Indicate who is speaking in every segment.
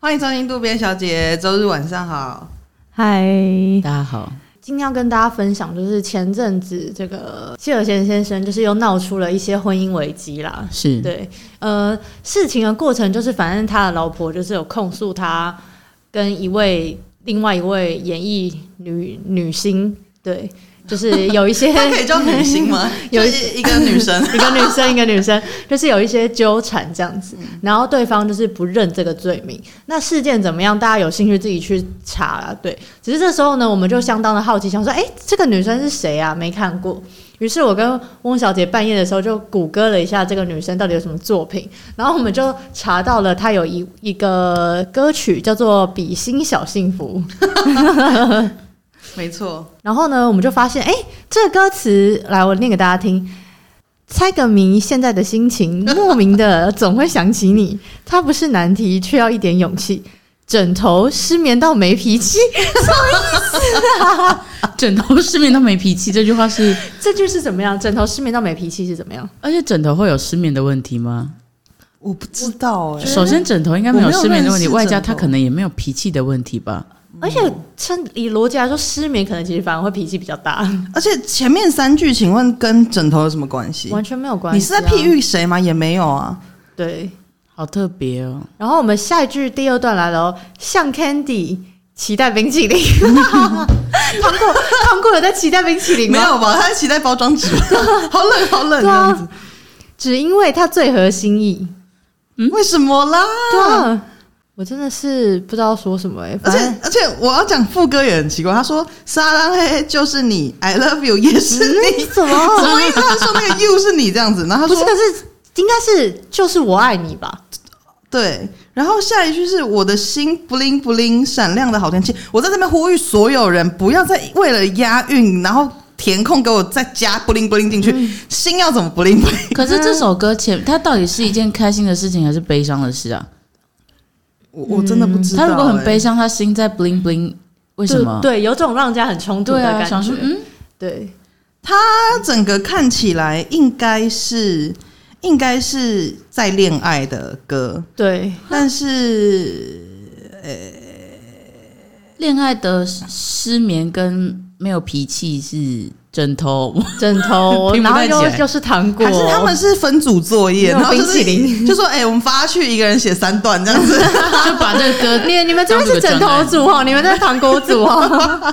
Speaker 1: 欢迎收听渡边小姐，周日晚上好。
Speaker 2: 嗨，
Speaker 3: 大家好，
Speaker 2: 今天要跟大家分享，就是前阵子这个谢尔贤先生，就是又闹出了一些婚姻危机啦。
Speaker 3: 是
Speaker 2: 对，呃，事情的过程就是，反正他的老婆就是有控诉他跟一位另外一位演艺女女星，对，就是有 一些
Speaker 1: 她可以叫女星吗？
Speaker 2: 有，
Speaker 1: 有一一个女生
Speaker 2: 一个女生，一个女生，就是有一些纠缠这样子，然后对方就是不认这个罪名。那事件怎么样？大家有兴趣自己去查啦。对，只是这时候呢，我们就相当的好奇，想说，哎、这个女生是谁啊？没看过。于是我跟翁小姐半夜的时候就谷歌了一下这个女生到底有什么作品，然后我们就查到了她有一一个歌曲叫做《比心小幸福》。
Speaker 1: 没错，
Speaker 2: 然后呢，我们就发现，哎，这个歌词，来，我念给大家听。猜个谜，现在的心情，莫名的总会想起你。它不是难题，却要一点勇气。枕头失眠到没脾气，
Speaker 3: 枕头失眠到没脾气这句话是，
Speaker 2: 这句是怎么样？枕头失眠到没脾气是怎么样？
Speaker 3: 而且枕头会有失眠的问题吗？
Speaker 1: 我不知道哎、
Speaker 3: 首先，枕头应该没有失眠的问题，
Speaker 1: 我没有认
Speaker 3: 外
Speaker 1: 识枕头
Speaker 3: 加他可能也没有脾气的问题吧？
Speaker 1: 嗯
Speaker 2: 而且，趁以逻辑来说，失眠可能其实反而会脾气比较大，
Speaker 1: 而且前面三句，请问跟枕头有什么关系？
Speaker 2: 完全没有关系、啊
Speaker 1: 你是在譬？喻谁吗？也没有啊。
Speaker 2: 对。
Speaker 3: 好特别哦，
Speaker 2: 然后我们下一句第二段来了哦，像 Candy 期待 冰淇淋，糖果糖果有在期待冰淇淋吗？
Speaker 1: 没有吧？他在期待包装纸， 好冷，好冷这
Speaker 2: 对啊
Speaker 1: 样子。
Speaker 2: 只因为他最合心意。
Speaker 1: 为什么啦？
Speaker 2: 嗯对啊，我真的是不知道说什么哎、
Speaker 1: 而
Speaker 2: 反正
Speaker 1: 且而且我要讲副歌也很奇怪，他说“沙拉嘿嘿就是你，I love you 也是你”，
Speaker 2: 怎嗯 么
Speaker 1: 什么意思？他说那个 you 是你这样子，然后
Speaker 2: 不
Speaker 1: 他
Speaker 2: 是？
Speaker 1: 说
Speaker 2: 可是应该是就是我爱你吧？
Speaker 1: 对，然后下一句是我的心不灵不灵，闪亮的好天气。我在这边呼吁所有人，不要再为了押韵，然后填空给我再加不灵不灵进去，
Speaker 2: 嗯
Speaker 1: 心要怎么不灵不灵？
Speaker 3: 可是这首歌前，它到底是一件开心的事情还是悲伤的事啊？
Speaker 1: 我我真的不知道、
Speaker 3: 他如果很悲
Speaker 1: 欸，
Speaker 3: 伤，他心在 bling bling，为什么？
Speaker 2: 对，对有种让人家很冲突的
Speaker 3: 对
Speaker 2: 感
Speaker 3: 啊，
Speaker 2: 觉。
Speaker 3: 想说嗯，
Speaker 2: 对，
Speaker 1: 他整个看起来应该是应该是在恋爱的 歌，
Speaker 2: 对，
Speaker 1: 但是
Speaker 3: 恋爱的失眠跟没有脾气是枕头，
Speaker 2: 枕头，哦
Speaker 3: 拼不
Speaker 2: 然后
Speaker 3: 太起
Speaker 2: 又
Speaker 3: 来
Speaker 2: 又是糖果，
Speaker 1: 还是他们是分组作业，
Speaker 2: 没有
Speaker 1: 然后就
Speaker 2: 冰淇淋
Speaker 1: 是就说哎、欸我们发去一个人写三段这样子。
Speaker 3: 就把这个 歌
Speaker 2: 你你们这边是枕头组哦，你们在糖果组 哦。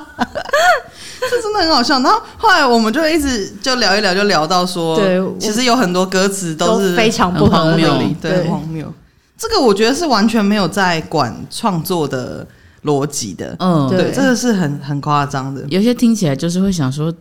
Speaker 1: 这真的很好笑。然后后来我们就一直就聊一聊，就聊到说，
Speaker 2: 对我
Speaker 1: 其实有很多歌词是
Speaker 2: 都非常不合
Speaker 3: 很荒
Speaker 2: 理
Speaker 3: 谬
Speaker 1: 对很荒谬。这个我觉得是完全没有在管创作的逻辑的，
Speaker 3: 嗯，
Speaker 2: 对
Speaker 1: 对，这个是很很夸张的，
Speaker 3: 有些听起来就是会想说，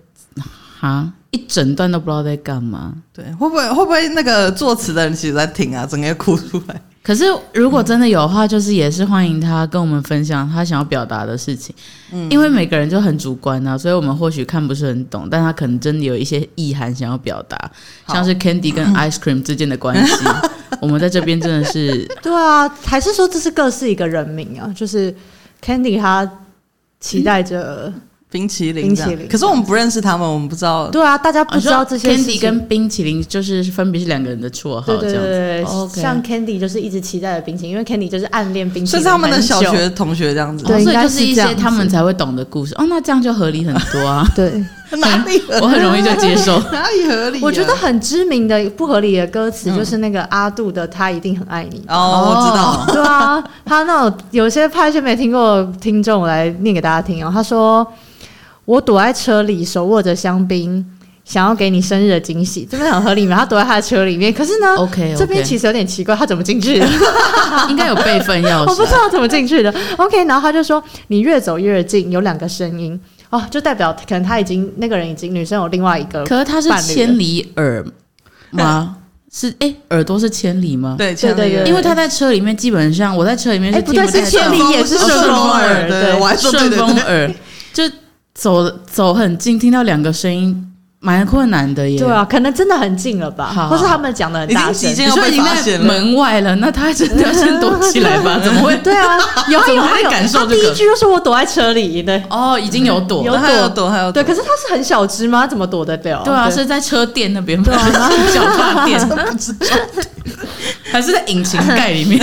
Speaker 3: 哈，一整段都不知道在干嘛。
Speaker 1: 对，会不会会不会那个作词的人其实在听啊，整个哭出来？
Speaker 3: 可是如果真的有的话，就是也是欢迎他跟我们分享他想要表达的事情，
Speaker 2: 嗯
Speaker 3: 因为每个人就很主观啊，所以我们或许看不是很懂，但他可能真的有一些意涵想要表达，
Speaker 1: 好
Speaker 3: 像是 Candy 跟 Ice Cream 之间的关系。我们在这边真的是
Speaker 2: 对啊，还是说这是各是一个人名啊？就是 Candy 他期待着，
Speaker 3: 嗯
Speaker 1: 冰淇淋
Speaker 2: 冰
Speaker 1: 这样，
Speaker 2: 淇淋
Speaker 1: 可是我们不认识他们，我们不知道。
Speaker 2: 对啊，大家不知道这些事
Speaker 3: Candy
Speaker 2: 情。
Speaker 3: 跟冰淇淋就是分别是两个人的绰号，
Speaker 2: 对对
Speaker 3: 这样
Speaker 2: 对对
Speaker 1: 哦
Speaker 3: 子。
Speaker 2: 对，
Speaker 3: OK，
Speaker 2: 像 Candy 就是一直期待的冰淇淋，因为 Candy 就是暗恋冰淇
Speaker 1: 所
Speaker 2: 淋
Speaker 1: 以是
Speaker 2: 很久，
Speaker 1: 他们的小学同学这样子，
Speaker 2: 对
Speaker 3: 哦
Speaker 2: 应
Speaker 3: 所以
Speaker 2: 该
Speaker 3: 就是是一
Speaker 2: 这样
Speaker 3: 些他们才会懂的故事哦，那这样就合理很 多啊，
Speaker 1: 哎
Speaker 2: 对，
Speaker 1: 哪里合理啊
Speaker 3: 我很容易就接受。
Speaker 1: 哪里合理啊、
Speaker 2: 我觉得很知名的不合理的歌
Speaker 1: 嗯
Speaker 2: 词就是那个阿杜的“他一定很爱你
Speaker 1: 哦，我知道，”，
Speaker 2: 对啊，他那种有些派些没听过的听众，我来念给大家听哦。他说：“我躲在车里，手握着香槟，想要给你生日的惊喜。”这边很合理嘛？他躲在他的车里面，可是呢
Speaker 3: OK，
Speaker 2: 这边其实有点奇怪，他怎么进去的？
Speaker 3: 应该有备份钥匙啊。
Speaker 2: 我不知道怎么进去的。OK，然后他就说你越走越近，有两个声音哦，就代表可能他已经那个人已经女生有另外一个，
Speaker 3: 可是它是千里耳 吗？是哎、诶耳朵是千里吗？，
Speaker 1: 对
Speaker 2: 对对对
Speaker 3: 因为他在车里面基本上，我在车里面
Speaker 2: 哎
Speaker 3: 是
Speaker 2: 不
Speaker 3: 听
Speaker 2: 对
Speaker 3: 不太
Speaker 2: 是千
Speaker 3: 到
Speaker 2: 里也是
Speaker 1: 哦
Speaker 2: 顺风
Speaker 1: 耳
Speaker 2: 耳对
Speaker 1: 对，我还说对
Speaker 3: 顺
Speaker 1: 对
Speaker 3: 风
Speaker 1: 对，
Speaker 3: 耳，就走走很近，听到两个声音，蛮困难的耶。
Speaker 2: 对，啊，可能真的很近了吧，
Speaker 3: 好
Speaker 2: 或是他们讲的很
Speaker 1: 已
Speaker 2: 大
Speaker 1: 经
Speaker 2: 声
Speaker 1: 已。经
Speaker 3: 你
Speaker 1: 要
Speaker 3: 说已
Speaker 1: 被
Speaker 3: 经
Speaker 1: 发
Speaker 3: 在
Speaker 1: 现了。
Speaker 3: 门外了，那他还真的要先躲起来吧？怎么会？
Speaker 2: 对 啊，有啊
Speaker 3: 怎
Speaker 2: 有
Speaker 3: 么
Speaker 2: 啊
Speaker 3: 会
Speaker 2: 有啊，
Speaker 3: 感受
Speaker 2: 他
Speaker 3: 这
Speaker 2: 第
Speaker 3: 个
Speaker 2: 一句就是我躲在车里，对
Speaker 3: 哦，已经有躲
Speaker 2: 有
Speaker 3: 了。
Speaker 1: 还有躲，还有
Speaker 2: 对，
Speaker 1: 躲，
Speaker 2: 可是他是很小只吗？他怎么
Speaker 3: 啊
Speaker 2: 躲得了？
Speaker 3: 对啊，是在车店那边吧，脚踏店。
Speaker 1: 不知道。
Speaker 3: 还是在引擎盖里面？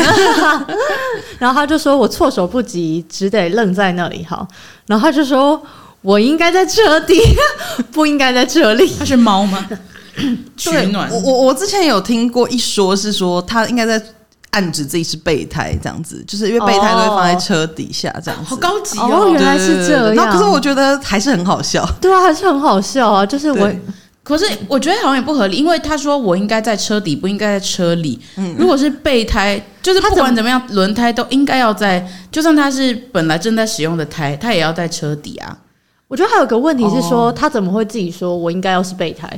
Speaker 2: 然后他就说我措手不及，只得愣在那里。好，然后他就说我应该在车底， 不应该在车里。
Speaker 3: 它是猫吗？取
Speaker 1: 对，
Speaker 3: 暖
Speaker 1: 我我我之前有听过一说，是说他应该在暗指自己是备胎，这样子，就是因为备胎都会放在车底下这样子。
Speaker 3: 好高级
Speaker 2: 哦
Speaker 3: 哦！
Speaker 2: 原来是这样
Speaker 1: 对对对对那可是我觉得还是很好笑。
Speaker 2: 对啊，还是很好笑啊！就是我
Speaker 1: 对
Speaker 3: 可是我觉得好像也不合理，因为他说我应该在车底，不应该在车里。
Speaker 1: 嗯
Speaker 3: 如果是备胎，就是
Speaker 2: 他
Speaker 3: 不
Speaker 2: 怎么
Speaker 3: 管怎么样，轮胎都应该要在，就算它是本来正在使用的胎，它也要在车底啊。
Speaker 2: 我觉得还有个问题是说，他怎么会自己说我应该要是备胎？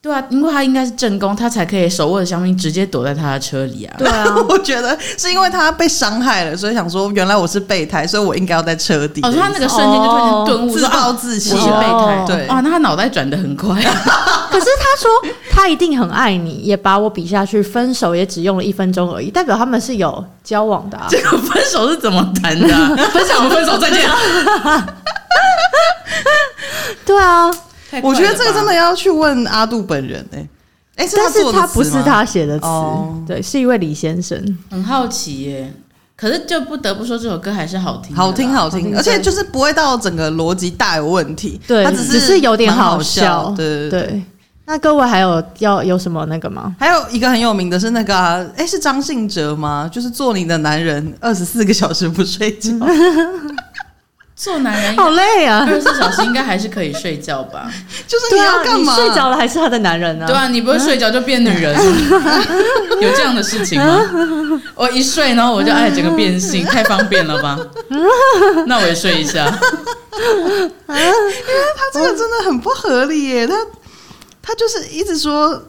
Speaker 3: 对啊，因为它应该是正宫，它才可以手握着香槟直接躲在他的车里啊。
Speaker 2: 对啊，
Speaker 1: 我觉得是因为他被伤害了，所以想说原来我是备胎，所以我应该要在车底。
Speaker 3: 哦，所以他那个瞬间就突然间顿悟，
Speaker 1: 哦自
Speaker 3: 说啊
Speaker 1: 暴自弃
Speaker 3: 我是
Speaker 2: 哦
Speaker 3: 备胎。
Speaker 1: 对
Speaker 3: 哇，那他脑袋转的很快。
Speaker 2: 可 是他说他一定很爱你，也把我比下去，分手也只用了一分钟而已，代表他们是有交往的、啊。
Speaker 3: 这个分手是怎么谈 的啊、分手，分手，再见。
Speaker 2: 对啊，
Speaker 1: 我觉得这个真的要去问阿杜本人哎、哎、是
Speaker 2: 但是
Speaker 1: 做的
Speaker 2: 他不
Speaker 1: 词
Speaker 2: 是
Speaker 1: 吗
Speaker 2: 他写的词，
Speaker 1: 哦
Speaker 2: 对，是一位李先生。
Speaker 3: 很好奇耶。可是就不得不说，这首歌还是好听，
Speaker 1: 好听，好
Speaker 2: 嗯啊好听
Speaker 1: 听，而且就是不会到整个逻辑大有问题，
Speaker 2: 对，
Speaker 1: 它
Speaker 2: 只
Speaker 1: 是
Speaker 2: 有点
Speaker 1: 蛮好
Speaker 2: 笑。
Speaker 1: 对对对。
Speaker 2: 对，那各位还有要有什么那个吗？
Speaker 1: 还有一个很有名的是那个、啊，哎、是张信哲吗？就是做你的男人，二十四个小时不睡觉，
Speaker 2: 嗯
Speaker 3: 做男人
Speaker 2: 好累啊！
Speaker 3: 二十四小时应该还是可以睡觉吧？
Speaker 1: 就是你
Speaker 2: 对
Speaker 1: 要
Speaker 2: 啊，
Speaker 1: 干
Speaker 2: 你
Speaker 1: 嘛？
Speaker 2: 睡着了还是他的男人呢、
Speaker 3: 对啊，你不会睡着就变女 人，有这样的事情吗？我一睡，然后我就哎，整个变 性，太方便了吧？那我也睡一下。
Speaker 1: 他这个真的很不合理耶，他他就是一直说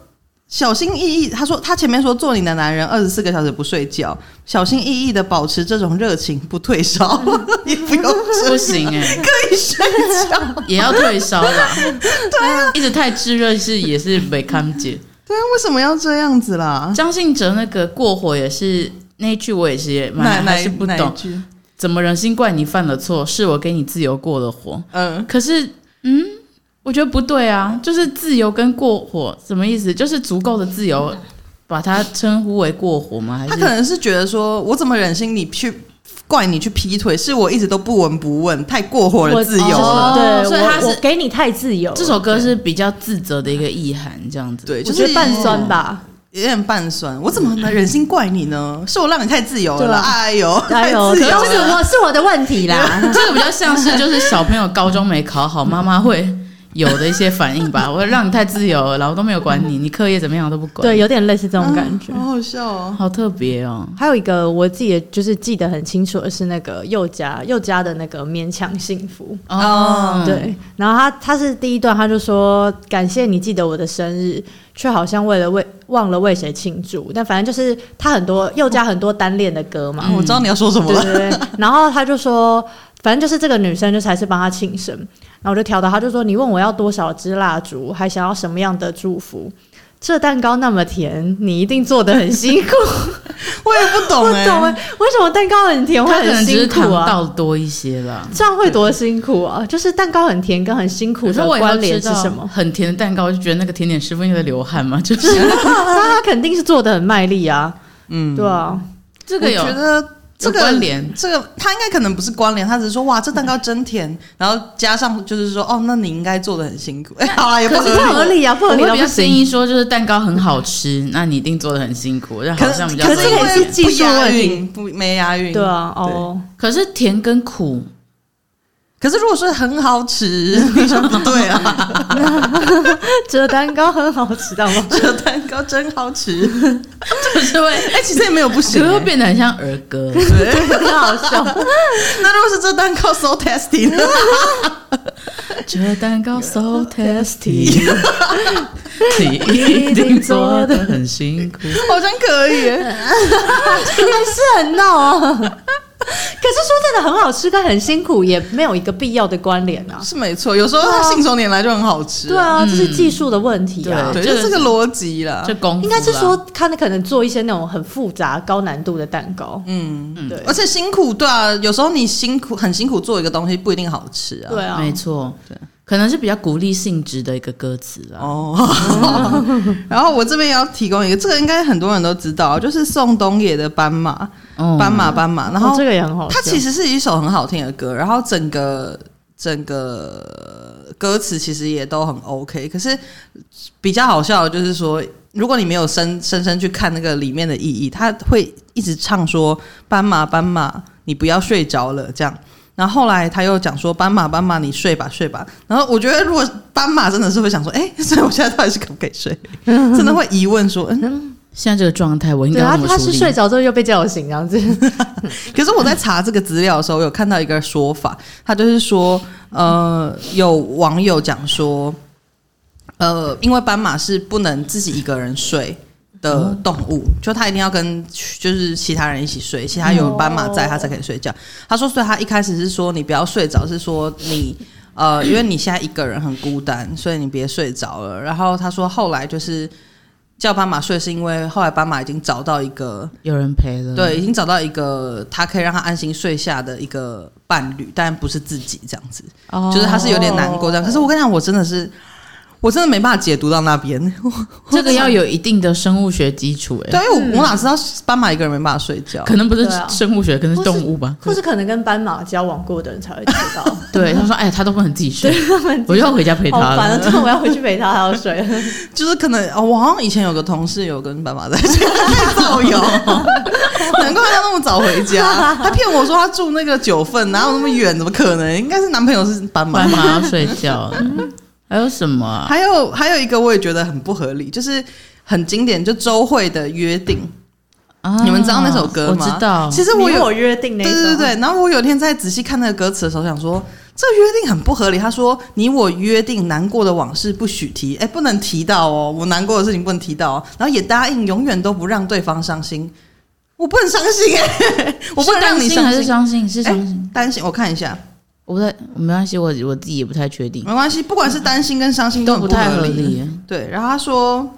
Speaker 1: 小心翼翼。他说他前面说做你的男人二十四个小时不睡觉，小心翼翼的保持这种热情不退 烧，也不用
Speaker 3: 不
Speaker 1: 吃
Speaker 3: 行哎、
Speaker 1: 可以睡觉。
Speaker 3: 也要退烧啦。对啊，一直太炙热是也是没看见。
Speaker 1: 对啊，为什么要这样子啦？
Speaker 3: 张信哲那个过火也是那一句，我也是也
Speaker 1: 哪
Speaker 3: 蛮
Speaker 1: 哪
Speaker 3: 还
Speaker 1: 一
Speaker 3: 是不
Speaker 1: 哪一
Speaker 3: 懂，
Speaker 1: 句
Speaker 3: 怎么忍心怪你犯了错？是我给你自由过了火，
Speaker 1: 嗯，
Speaker 3: 可是嗯，我觉得不对啊，就是自由跟过火什么意思？就是足够的自由，
Speaker 2: 嗯
Speaker 3: 把它称呼为过火吗？还
Speaker 1: 他可
Speaker 3: 是
Speaker 1: 能是觉得说，我怎么忍心你去怪你去劈腿？是我一直都不闻不问，太过火了自由了。
Speaker 3: 哦
Speaker 2: 对，
Speaker 3: 所以
Speaker 2: 我
Speaker 3: 他是
Speaker 2: 我给你太自由了，
Speaker 3: 这首歌是比较自责的一个意涵，这样子。
Speaker 1: 对，
Speaker 2: 我
Speaker 1: 就
Speaker 2: 觉
Speaker 1: 是
Speaker 2: 得半酸，吧。
Speaker 1: 有点半酸。我怎么能忍心怪你呢？是我让你太自由
Speaker 2: 对
Speaker 1: 了
Speaker 2: 啊
Speaker 1: 啦，哎呦，
Speaker 2: 哎
Speaker 1: 太
Speaker 2: 呦，
Speaker 1: 自由
Speaker 2: 都是
Speaker 1: 了。
Speaker 2: 我是我的问题 啦。
Speaker 3: 这个比较像是就是小朋友高中没考好，妈妈会有的一些反应吧。我 让你太自由了，我都没有管你，你课业怎么样我都不
Speaker 2: 嗯
Speaker 3: 管。
Speaker 2: 对，，有点类似这种感觉。
Speaker 1: 啊好好笑哦。
Speaker 3: 好特别哦。
Speaker 2: 还有一个我自己也就是记得很清楚的是那个佑嘉佑嘉的那个勉强幸福，
Speaker 3: 哦，
Speaker 1: 嗯
Speaker 2: 对。然后他他是第一段，他就说感谢你记得我的生日，却好像为了为忘了为谁庆祝。但反正就是他很多佑嘉很多单恋的歌嘛，
Speaker 1: 啊我知道你要说什么
Speaker 2: 嗯对
Speaker 1: 了。
Speaker 2: 对对。然后他就说，反正就是这个女生就是还是帮他庆生，然后我就调到，他就说你问我要多少支蜡烛，还想要什么样的祝福。这蛋糕那么甜，你一定做的很辛 苦。
Speaker 1: 我也不懂
Speaker 2: 不
Speaker 1: 哎、
Speaker 2: 懂哎、为什么蛋糕很甜会
Speaker 3: 他可
Speaker 2: 很
Speaker 3: 能只是
Speaker 2: 辛
Speaker 3: 糖
Speaker 2: 苦啊？
Speaker 3: 倒多一些啦。
Speaker 2: 这样会多辛苦啊！就是蛋糕很甜跟很辛苦
Speaker 3: 可是
Speaker 2: 的
Speaker 3: 我也
Speaker 2: 关
Speaker 3: 不
Speaker 2: 联
Speaker 3: 知
Speaker 2: 是
Speaker 3: 道
Speaker 2: 什么？
Speaker 3: 很甜的蛋糕，就觉得那个甜点师傅应该在流汗嘛，就是
Speaker 2: 那他肯定是做的很卖力啊，
Speaker 1: 嗯，
Speaker 2: 对啊，
Speaker 3: 这个有
Speaker 1: 我觉得这个
Speaker 3: 有关联
Speaker 1: 这个他应该可能不是关联，他只是说哇，这蛋糕真甜，然后加上就是说哦，那你应该做的很辛苦。 哎、好啦，也不
Speaker 2: 不
Speaker 1: 合
Speaker 2: 合
Speaker 1: 理。
Speaker 2: 理啊，不
Speaker 3: 我
Speaker 2: 合理
Speaker 3: 会
Speaker 2: 到
Speaker 3: 比
Speaker 2: 不
Speaker 3: 较建
Speaker 2: 行。
Speaker 3: 议说，就是蛋糕很好吃， 那你一定做的很辛苦， 这好
Speaker 1: 可
Speaker 3: 像比
Speaker 1: 是
Speaker 3: 较
Speaker 1: 可
Speaker 3: 合
Speaker 1: 是因
Speaker 2: 这
Speaker 3: 理
Speaker 2: 个也
Speaker 1: 为
Speaker 2: 是技术
Speaker 1: 不押
Speaker 2: 问题
Speaker 1: 韵，不没押韵。
Speaker 2: 对啊，哦，
Speaker 3: 可是甜跟苦，
Speaker 1: 可是如果说很好 吃，你说不对啊，
Speaker 2: 这蛋糕很好吃，知道 吗？
Speaker 1: 这蛋糕真好吃。
Speaker 3: 就是会
Speaker 1: 哎、 其实也没有不
Speaker 3: 只
Speaker 1: 行、
Speaker 3: 会
Speaker 1: 欸。
Speaker 3: 变得很像儿歌。
Speaker 2: 很好
Speaker 1: 那
Speaker 2: 笑。
Speaker 1: 如果是这蛋糕 so tasty 呢？
Speaker 3: 这蛋糕 so tasty，你 一定做的很辛苦。
Speaker 1: 好像可以、欸。
Speaker 2: 还是很闹啊。 可是说真的，很好吃跟很辛苦也没有一个必要的关联啊。
Speaker 1: 是没错，有时候它信手拈来就很好吃。
Speaker 2: 对啊，这是技术的问题啊。
Speaker 1: 对，
Speaker 3: 这
Speaker 1: 就
Speaker 3: 个
Speaker 1: 这个逻辑啦。
Speaker 3: 这功夫
Speaker 2: 应该是
Speaker 3: 啦
Speaker 2: 说，他可能做一些那种很复杂、高难度的蛋糕。嗯，
Speaker 3: 嗯
Speaker 2: 对
Speaker 1: 而，且辛苦，对啊，有时候你辛苦很辛苦做一个东西不一定好吃啊。
Speaker 2: 对啊，
Speaker 3: 没错
Speaker 1: 对。
Speaker 3: 可能是比较鼓励性质的一个歌词啦。
Speaker 1: 哦， 然后我这边也要提供一个，这个应该很多人都知道，就是宋冬野的《斑马》，
Speaker 3: 哦
Speaker 1: 斑马，斑马。然
Speaker 2: 哦
Speaker 1: 后
Speaker 2: 这个也很好笑，
Speaker 1: 它其实是一首很好听的歌，然后整个整个呃歌词其实也都很 OK。可是比较好笑的就是说，如果你没有深深深去看那个里面的意义，他会一直唱说“斑马，斑马，你不要睡着了”这样。然后后来他又讲说“斑马，斑马，你睡吧，睡吧”。然后我觉得，如果斑马真的是会想说：“哎、所以我现在到底是可不可以睡？”真的会疑问说：“嗯，
Speaker 3: 现在这个状态，我应该
Speaker 2: 对啊
Speaker 3: 要
Speaker 2: 他
Speaker 3: 怎么
Speaker 2: 他
Speaker 3: 处
Speaker 2: 是
Speaker 3: 理？
Speaker 2: 睡着之后又被叫醒这样子，
Speaker 1: 可是我在查这个资料的时候，有看到一个说法，他就是说，呃，有网友讲说，呃，因为斑马是不能自己一个人睡的动物，就它一定要跟就是其他人一起睡，其他有斑马在，它才可以睡觉。他说，所以他一开始是说你不要睡着，是说你。呃，因为你现在一个人很孤单，所以你别睡着了。然后他说，后来就是叫斑马睡，是因为后来斑马已经找到一个
Speaker 3: 有人陪了，
Speaker 1: 对，已经找到一个他可以让他安心睡下的一个伴侣，但不是自己这样子，
Speaker 3: 哦，
Speaker 1: 就是他是有点难过这样。可是我跟你讲，我真的是，我真的没办法解读到那 边。
Speaker 3: 这个要有一定的生物学基础、欸，
Speaker 1: 对，因为我,、我哪知道斑马一个人没办法睡觉？
Speaker 3: 可能不是
Speaker 2: 对啊
Speaker 3: 生物学，可能是动物吧。
Speaker 2: 或是可能跟斑马交往过的人才会知道。
Speaker 3: 对，他说：“哎，他都不能自己睡，
Speaker 2: 他们
Speaker 3: 我就要回家陪
Speaker 2: 好
Speaker 3: 他
Speaker 2: 烦啊！
Speaker 3: 了。
Speaker 2: 对，我要回去陪他，他要睡。
Speaker 1: 就是可能哦，我好像以前有个同事有跟斑马在一起，太造 谣，难怪他那么早回家。他骗我说他住那个九份，哪有那么远？怎么可能？应该是男朋友是斑”马
Speaker 3: 妈。妈要睡 觉了。
Speaker 1: 嗯
Speaker 3: 还有什么啊？
Speaker 1: 还有还有一个我也觉得很不合理，就是很经典，就周慧的约定。
Speaker 3: 啊
Speaker 1: 你们知道那首歌吗？
Speaker 3: 我知道。
Speaker 1: 其实
Speaker 2: 你
Speaker 1: 我
Speaker 2: 跟
Speaker 1: 有
Speaker 2: 我约定那
Speaker 1: 对
Speaker 2: 一
Speaker 1: 对
Speaker 2: 种
Speaker 1: 对对，然后我有一天在仔细看那个歌词的时候，想说这约定很不合理。他说：“你我约定，难过的往事不许提，哎，不能提到哦，我难过的事情不能提到哦。然后也答应永远都不让对方伤心，我不能伤 心哎、我不能让你
Speaker 3: 是担心还
Speaker 1: 伤
Speaker 3: 是
Speaker 1: 心。哎
Speaker 3: 伤心？是伤心。
Speaker 1: 担心，我看一下，
Speaker 3: 我不太，没关系，我我自己也不太确定，
Speaker 1: 没关系，不管是担心跟伤心
Speaker 3: 都
Speaker 1: 很
Speaker 3: 不
Speaker 1: 嗯不
Speaker 3: 太
Speaker 1: 合
Speaker 3: 合。理。
Speaker 1: 对，然后他说，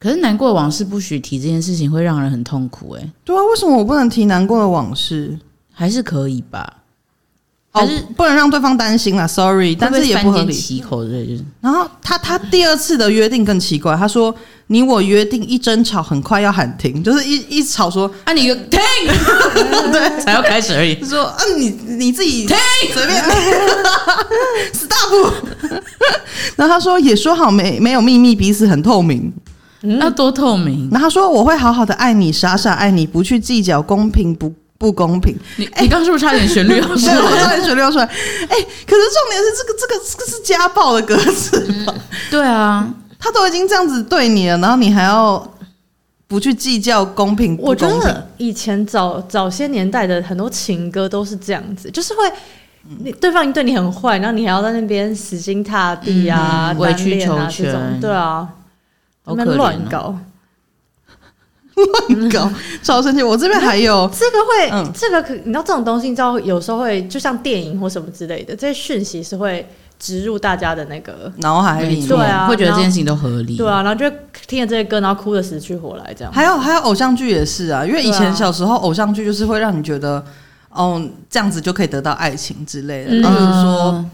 Speaker 3: 可是难过往事不许提这件事情会让人很痛苦、哎，
Speaker 1: 对啊，为什么我不能提难过的往事？
Speaker 3: 还是可以吧？
Speaker 1: 哦
Speaker 3: 还是，
Speaker 1: 不能让对方担心啦 s o r r y 但是也
Speaker 3: 会
Speaker 1: 不合
Speaker 3: 会三
Speaker 1: 理
Speaker 3: 缄。其口对，就是
Speaker 1: 然后他他第二次的约定更奇怪，他说你我约定一争吵很快要喊停，就是一一吵说
Speaker 3: 啊，你停， 对，才要开始而已。
Speaker 1: 就说啊你你自己停随便 stop，然后他说也说好没没有秘密，彼此很透明。
Speaker 3: 要多透明，
Speaker 1: 然后他说我会好好的爱你，傻傻爱你，不去计较公平不不公平。
Speaker 3: 你你刚刚是不是差点旋 律要出
Speaker 1: 对，我
Speaker 3: 来？
Speaker 1: 差点水流出来。哎、可是重点是这个这个这个是家暴的歌词吧？
Speaker 3: 对啊，
Speaker 1: 他都已经这样子对你了，然后你还要不去计较公平不
Speaker 2: 我觉
Speaker 1: 公平？
Speaker 2: 得以前早早些年代的很多情歌都是这样子，就是会。
Speaker 3: 嗯
Speaker 2: 你对方对你很坏，然后你还要在那边死心塌地啊、单恋啊
Speaker 3: 嗯委曲求
Speaker 2: 这种，
Speaker 3: 全
Speaker 2: 对啊，
Speaker 3: 好
Speaker 2: 那
Speaker 3: 可
Speaker 2: 边
Speaker 3: 怜
Speaker 2: 乱、
Speaker 3: 哦。
Speaker 2: 搞，
Speaker 1: 乱搞，超生气！我这边还有，
Speaker 2: 这个会，
Speaker 1: 嗯
Speaker 2: 这个可你知道这种东西，你知道有时候会就像电影或什么之类的，这些讯息是会植入大家的那个，
Speaker 1: 脑海
Speaker 3: 没
Speaker 1: 里
Speaker 3: 错，
Speaker 2: 对
Speaker 1: 面，
Speaker 2: 啊
Speaker 3: 会觉得这件事情都合理。
Speaker 2: 对，啊，然后就会听着这些歌，然后哭的死去活来这样。
Speaker 1: 还有还有偶像剧也是啊，因为以
Speaker 2: 对
Speaker 1: 前
Speaker 2: 啊
Speaker 1: 小时候偶像剧就是会让你觉得。哦，这样子就可以得到爱情之类的，
Speaker 2: 嗯
Speaker 1: 例如说，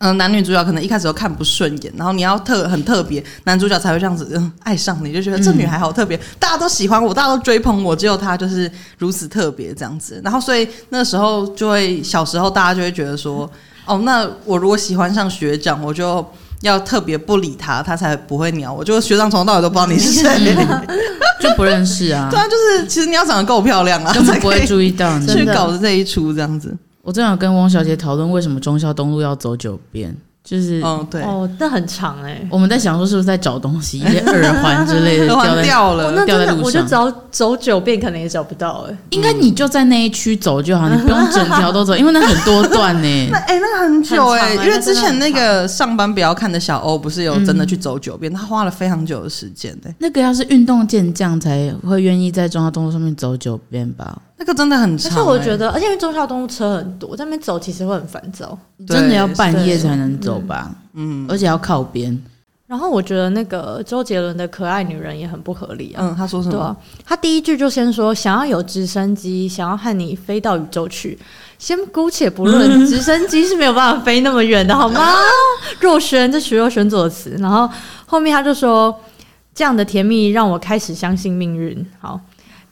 Speaker 1: 嗯、男女主角可能一开始都看不顺眼，然后你要特很特别，男主角才会这样子，嗯，爱上你，就觉得这女孩好特别，大家都喜欢我，大家都追捧我，只有她就是如此特别这样子。然后所以那时候就会，小时候大家就会觉得说，哦，那我如果喜欢上学长，我就要特别不理他，他才不会鸟我。就学长从头到尾都不知道你是谁，
Speaker 3: 就不认识啊
Speaker 1: 对，啊，就是其实你要长得够漂亮啊，
Speaker 3: 根本
Speaker 1: 才
Speaker 3: 不
Speaker 1: 可
Speaker 3: 会
Speaker 1: 以
Speaker 3: 注意到你。
Speaker 1: 去
Speaker 2: 真的
Speaker 1: 搞这一出这样子。
Speaker 3: 我正有跟汪小姐讨论为什么忠孝东路要走九遍，就是
Speaker 1: 嗯，对，
Speaker 2: 哦，那很长哎、
Speaker 3: 我们在想说是不是在找东西，一些耳环之类的
Speaker 1: 都
Speaker 3: 掉
Speaker 1: 换
Speaker 3: 在。
Speaker 1: 掉
Speaker 2: 哦，
Speaker 1: 了
Speaker 2: 那。真
Speaker 3: 掉在
Speaker 2: 的
Speaker 3: 路
Speaker 2: 我就
Speaker 3: 上
Speaker 2: 找走九遍，可能也找不到哎、
Speaker 3: 应该你就在那一区走就好，你不用整条都走，因为那很多段呢
Speaker 1: 那。哎、那很久哎、
Speaker 2: 很嗯长欸
Speaker 1: 因为之前那个上班不要看的小欧，不是有真的去走九遍，他花了非常久的时间哎、
Speaker 3: 那个要是运动健将才会愿意在中孝东路上面走九遍吧？
Speaker 1: 那个真的很
Speaker 2: 但
Speaker 1: 长、
Speaker 2: 是
Speaker 1: 欸。
Speaker 2: 我觉得，而且因为忠孝东路车很多，在那边走其实会很烦躁。
Speaker 1: 对
Speaker 3: 真的要半夜才能走吧？嗯，而且要靠边。
Speaker 2: 然后我觉得那个周杰伦的《可爱女人》也很不合理啊。
Speaker 1: 嗯，他说什
Speaker 2: 对
Speaker 1: 么？
Speaker 2: 啊，他第一句就先说想要有直升机，想要和你飞到宇宙去。先姑且不论，直升机是没有办法飞那么远的，好吗？若瑄，这徐若瑄作词。然后后面他就说，这样的甜蜜让我开始相信命运。好，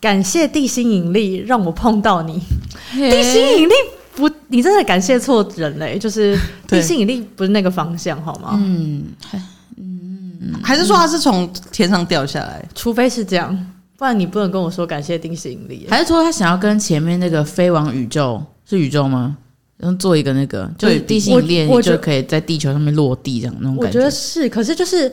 Speaker 2: 感谢地心引力让我碰到你。地心引力不，你真的感谢错人嘞、 就是
Speaker 1: 对
Speaker 2: 地心引力不是那个方向，好吗？
Speaker 3: 嗯，
Speaker 1: 还是说他是从天上掉下来？
Speaker 2: 除非是这样，不然你不能跟我说感谢地心引力、
Speaker 3: 还是说他想要跟前面那个飞往宇宙是宇宙吗？然后做一个那个，就是
Speaker 1: 对比
Speaker 3: 地心引力，
Speaker 2: 我
Speaker 3: 你
Speaker 2: 我觉
Speaker 3: 就可以在地球上面落地这样那种
Speaker 2: 我
Speaker 3: 感
Speaker 2: 觉得是，可是就是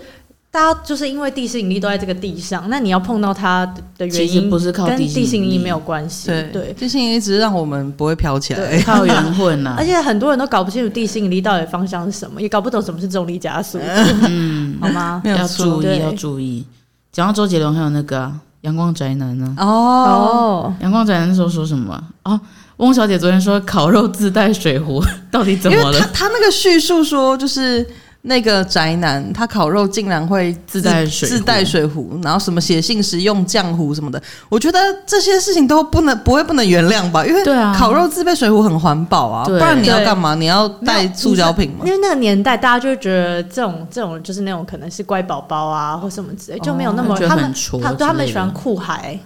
Speaker 2: 大家就是因为地心引力都在这个地上，那你要碰到它的
Speaker 3: 其
Speaker 2: 原
Speaker 3: 实
Speaker 2: 因，
Speaker 3: 不是靠
Speaker 2: 跟地心
Speaker 3: 引
Speaker 2: 引力没有关系。嗯对，
Speaker 1: 地心引力只是让我们不会飘起来。
Speaker 3: 靠缘分啊 呐、
Speaker 2: 而且很多人都搞不清楚地心引力到底方向是什么，也搞不懂什么是重力加速，嗯，好吗
Speaker 1: 没？有
Speaker 3: 要
Speaker 1: 错
Speaker 3: 注意
Speaker 2: 对
Speaker 3: 要注意。讲到周杰伦，还有那个啊阳、光宅男呢、
Speaker 1: 哦，
Speaker 2: 哦，
Speaker 3: 阳光宅男那时候说什么啊？哦翁小姐昨天说烤肉自带水壶， 到底怎
Speaker 1: 因
Speaker 3: 么
Speaker 1: 为他
Speaker 3: 了？
Speaker 1: 他那个叙述说，就是那个宅男他烤肉竟然会
Speaker 3: 自带水壶
Speaker 1: 自带水壶，然后什么写信时用浆糊什么的，我觉得这些事情都不能不会不能原谅吧？因为
Speaker 3: 对啊
Speaker 1: 烤肉自备水壶很环保啊，不
Speaker 3: 对啊
Speaker 1: 然你要
Speaker 2: 对
Speaker 1: 干嘛？你要带塑胶瓶吗
Speaker 2: 因？为那个年代，大家就觉得这种这种就是那种可能是乖宝宝啊，或什么之类，就没有那么、
Speaker 3: 哦觉得
Speaker 2: 他
Speaker 3: 很
Speaker 2: 们
Speaker 3: 挫
Speaker 2: 他
Speaker 3: 之
Speaker 2: 对他们
Speaker 3: 类
Speaker 2: 喜欢
Speaker 3: 的
Speaker 2: 酷孩，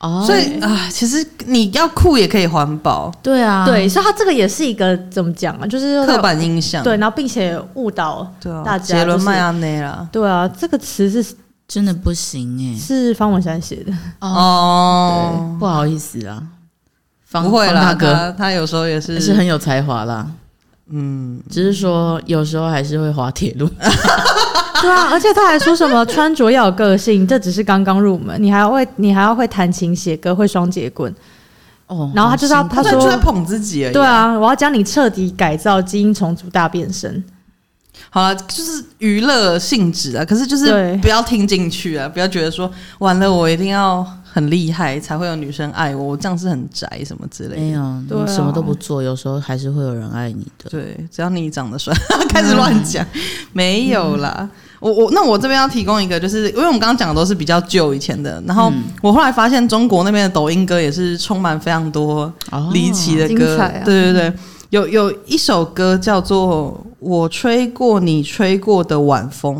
Speaker 3: 哦，
Speaker 1: 所以啊，其实你要酷也可以环保，
Speaker 3: 对啊，
Speaker 2: 对，所以他这个也是一个怎么讲啊，就是说
Speaker 1: 刻板印象
Speaker 2: 对，然后并且误导
Speaker 1: 对啊，
Speaker 2: 大家
Speaker 1: 杰伦
Speaker 2: 就是
Speaker 1: 麦阿内啦。
Speaker 2: 对啊，这个词是
Speaker 3: 真的不行哎、
Speaker 2: 是方文山写的，
Speaker 1: 哦，
Speaker 3: 不好意思啊，方
Speaker 1: 不会
Speaker 3: 方
Speaker 1: 啦，
Speaker 3: 大哥
Speaker 1: 他他有时候也是
Speaker 3: 还是很有才华啦，
Speaker 1: 嗯，
Speaker 3: 只是说有时候还是会滑 铁路。
Speaker 2: 对啊，而且他还说什么穿着要有个性，这只是刚刚入门，你还要会你还要会弹琴、写歌、会双节棍，
Speaker 3: 哦
Speaker 2: 然后他就是要
Speaker 3: 好
Speaker 2: 他
Speaker 1: 他
Speaker 2: 说
Speaker 1: 就在捧自己而已。
Speaker 2: 对，啊，我要将你彻底改造基因重组大变身，
Speaker 1: 好了，就是娱乐性质啊，可是就是
Speaker 2: 对
Speaker 1: 不要听进去啊，不要觉得说完了我一定要很厉害才会有女生爱我，我这样是很宅什么之
Speaker 3: 辛苦
Speaker 1: 类
Speaker 3: 没
Speaker 1: 的。
Speaker 3: 有，
Speaker 2: 对啊
Speaker 3: 哎你什么都不做，有时候还是会有人爱你 的。
Speaker 1: 对，只要你长得帅， 开始乱讲，没有啦。我我那我这边要提供一个，就是因为我们刚刚讲的都是比较旧以前的，然后我后来发现中国那边的抖音歌也是充满非常多
Speaker 3: 哦
Speaker 1: 离奇的歌，
Speaker 2: 精彩啊
Speaker 1: 对对对，有有一首歌叫做《我吹过你吹过的晚风》，